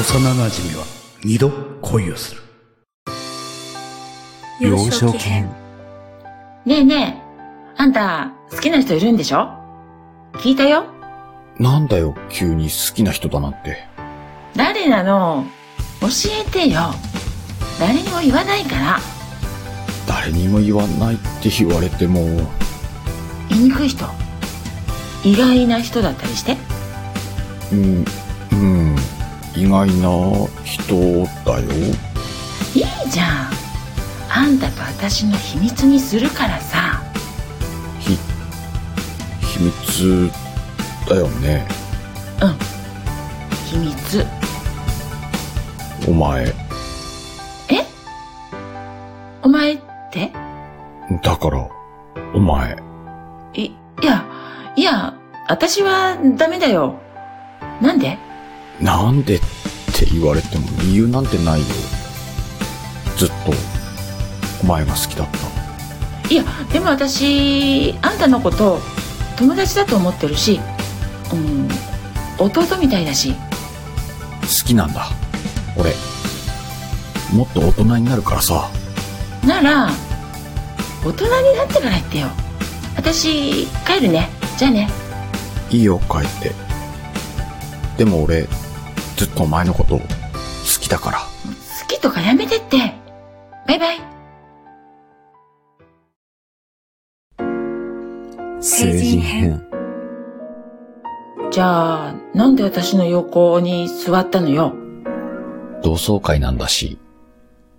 幼なじみは二度恋をする幼少期編ねえねえ、あんた、好きな人いるんでしょ聞いたよなんだよ、急に好きな人だなんて。誰なの教えてよ。誰にも言わないから。誰にも言わないって言われても、言いにくい人。意外な人だったりして。うん、うん、意外な人だよ。いいじゃん。あんたと私の秘密にするからさ。ひ、秘密だよね。秘密。お前。えお前ってだから、お前。い、いや、いや、私はダメだよ。なんでなんでって言われても理由なんてないよ。ずっと、お前が好きだった。いやでも私あんたのこと友達だと思ってるし、うん、弟みたいだし好きなんだ。俺。もっと大人になるからさ。なら大人になってから言ってよ私帰るねじゃあねいいよ、帰って。でも俺、ずっとお前のこと、好きだから。好きとかやめてってバイバイ成人編じゃあなんで私の横に座ったのよ同窓会なんだし、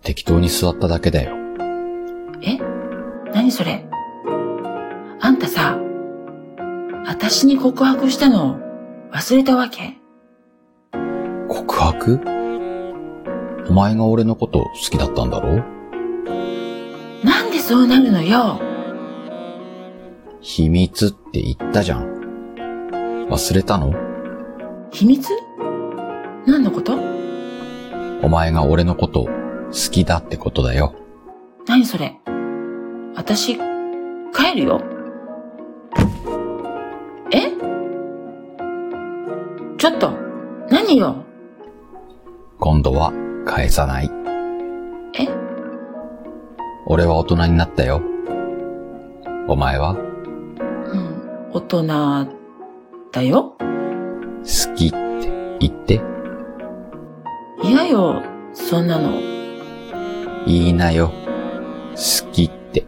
適当に座っただけだよ。え何それあんたさ私に告白したの忘れたわけ告白お前が俺のこと好きだったんだろなんでそうなるのよ秘密って言ったじゃん。忘れたの秘密何のことお前が俺のこと好きだってことだよ。何それ私、帰るよ。えちょっと、何よ今度は返さない。え俺は大人になったよ。お前はうん、大人、だよ好きって言って嫌よ、そんなの。いいなよ。好きって。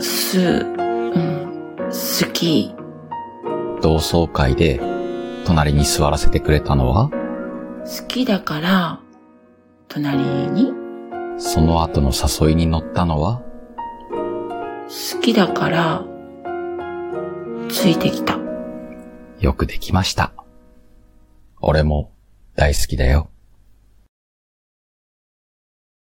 す、うん、好き。同窓会で隣に座らせてくれたのは好きだから、隣にその後の誘いに乗ったのは好きだから、ついてきた。よくできました。俺も大好きだよ。